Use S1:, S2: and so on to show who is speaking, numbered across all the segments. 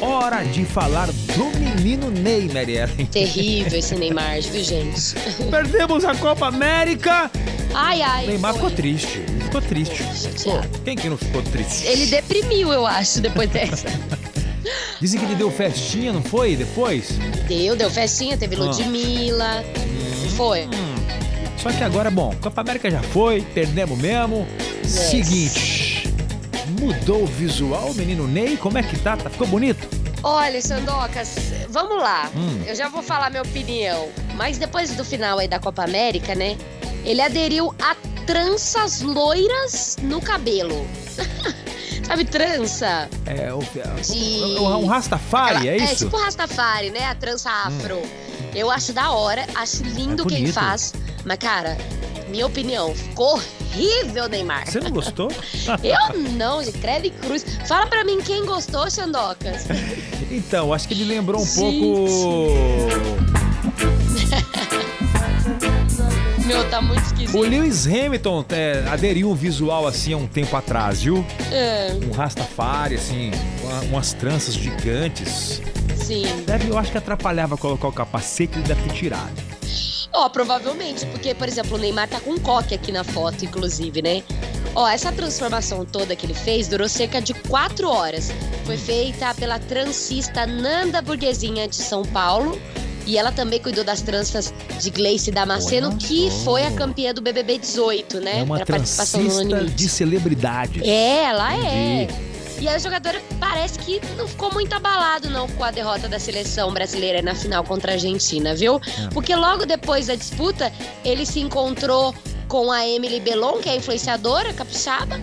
S1: Hora de falar do menino Ney, Marielle.
S2: Terrível esse Neymar, viu, gente?
S1: Perdemos a Copa América.
S2: Ai, ai.
S1: Neymar
S2: foi.
S1: ficou triste. Ele Ficou triste.
S2: Chateado.
S1: Pô, quem que não ficou triste?
S2: Ele deprimiu, eu acho, depois dessa.
S1: Dizem que ele deu festinha, não foi? Depois?
S2: Deu, deu festinha, teve
S1: Ah.
S2: Ludmilla. Foi.
S1: Hum. Só que agora, bom, Copa América já foi, perdemos mesmo. Seguinte, mudou o visual, menino Ney? Como é que tá? Tá- Ficou bonito?
S2: Olha, Sandocas, vamos lá.
S1: Hum.
S2: Eu já vou falar minha opinião. Mas depois do final aí da Copa América, né? Ele aderiu a tranças loiras no cabelo. Sabe, trança?
S1: É, o,
S2: Sim.
S1: o- o- um Rastafari,
S2: Aquela-
S1: é isso? Hum.
S2: tipo Rastafari, né? A trança afro. Eu acho da hora, acho lindo
S1: É
S2: quem
S1: bonito.
S2: faz. Mas, cara, minha opinião, ficou horrível, Neymar.
S1: Você não gostou?
S2: Eu não, gente, credo e cruz. Fala pra mim quem gostou, Xandocas.
S1: Então, acho que ele lembrou um
S2: Gente.
S1: pouco
S2: Meu, tá
S1: o
S2: muito esquisito.
S1: Lewis Hamilton é, aderiu um visual assim há um tempo atrás, viu?
S2: Ah,
S1: Um Rastafari, assim, uma- umas tranças gigantes.
S2: sim.
S1: Deve, eu acho que atrapalhava colocar o capacete, ele deve ter tirado.
S2: Ó, provavelmente, porque, por exemplo, o Neymar tá com um coque aqui na foto, inclusive, né? Ó, essa transformação toda que ele fez durou cerca de quatro horas. Foi feita pela transista Nanda Burguesinha de São Paulo. E ela também cuidou das tranças de Gleice Damasceno,
S1: Olha
S2: que
S1: só.
S2: foi a campeã do BBB 18, né?
S1: É uma
S2: Pra participação no No
S1: transista
S2: Limite.
S1: de celebridade.
S2: É, ela é.
S1: Entendi.
S2: E aí o jogador parece que não ficou muito abalado não com a derrota da seleção brasileira na final contra a Argentina, viu?
S1: É.
S2: Porque logo depois da disputa, ele se encontrou com a Emily Belon, que é a influenciadora capixaba,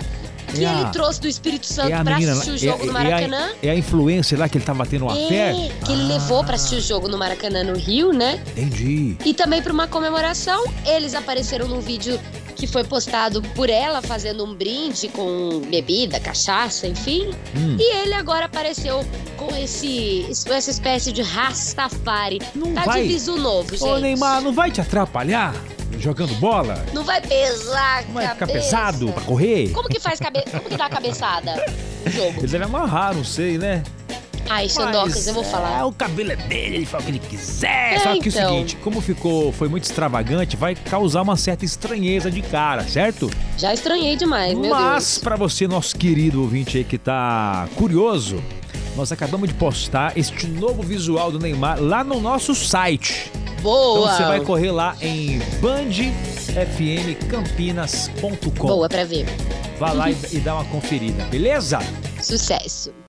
S2: que
S1: É a-
S2: ele trouxe do Espírito Santo
S1: é a
S2: pra
S1: menina
S2: assistir
S1: lá-
S2: o jogo
S1: é- é
S2: no
S1: a-
S2: Maracanã.
S1: É a influência lá que ele tava tendo uma fé? Ah.
S2: É, que ele levou pra assistir o jogo no Maracanã, no Rio, né?
S1: Entendi.
S2: E também para uma comemoração, eles apareceram num vídeo que foi postado por ela fazendo um brinde com bebida, cachaça, enfim.
S1: Hum.
S2: E ele agora apareceu com esse essa espécie de Rastafari.
S1: Não
S2: tá
S1: vai.
S2: de viso novo, gente.
S1: Ô, Neymar, não vai te atrapalhar jogando bola?
S2: Não vai pesar,
S1: Não vai ficar
S2: cabeça.
S1: pesado pra correr?
S2: Como que faz cabeça? Como que dá a cabeçada no jogo?
S1: Ele deve amarrar, não sei, né?
S2: Ai,
S1: Mas,
S2: Xandocas, eu vou
S1: É,
S2: falar.
S1: o cabelo é dele, ele fala o que ele quiser.
S2: É,
S1: Só que
S2: então.
S1: o seguinte, como ficou, foi muito extravagante, vai causar uma certa estranheza de cara, certo?
S2: Já estranhei demais, meu
S1: Mas, pra você, nosso querido ouvinte aí que tá curioso, nós acabamos de postar este novo visual do Neymar lá no nosso site.
S2: Deus.
S1: Então
S2: Boa.
S1: você vai correr lá em bandfmcampinas.com.
S2: Boa pra ver.
S1: Vá lá e, e dá uma conferida, beleza?
S2: Sucesso.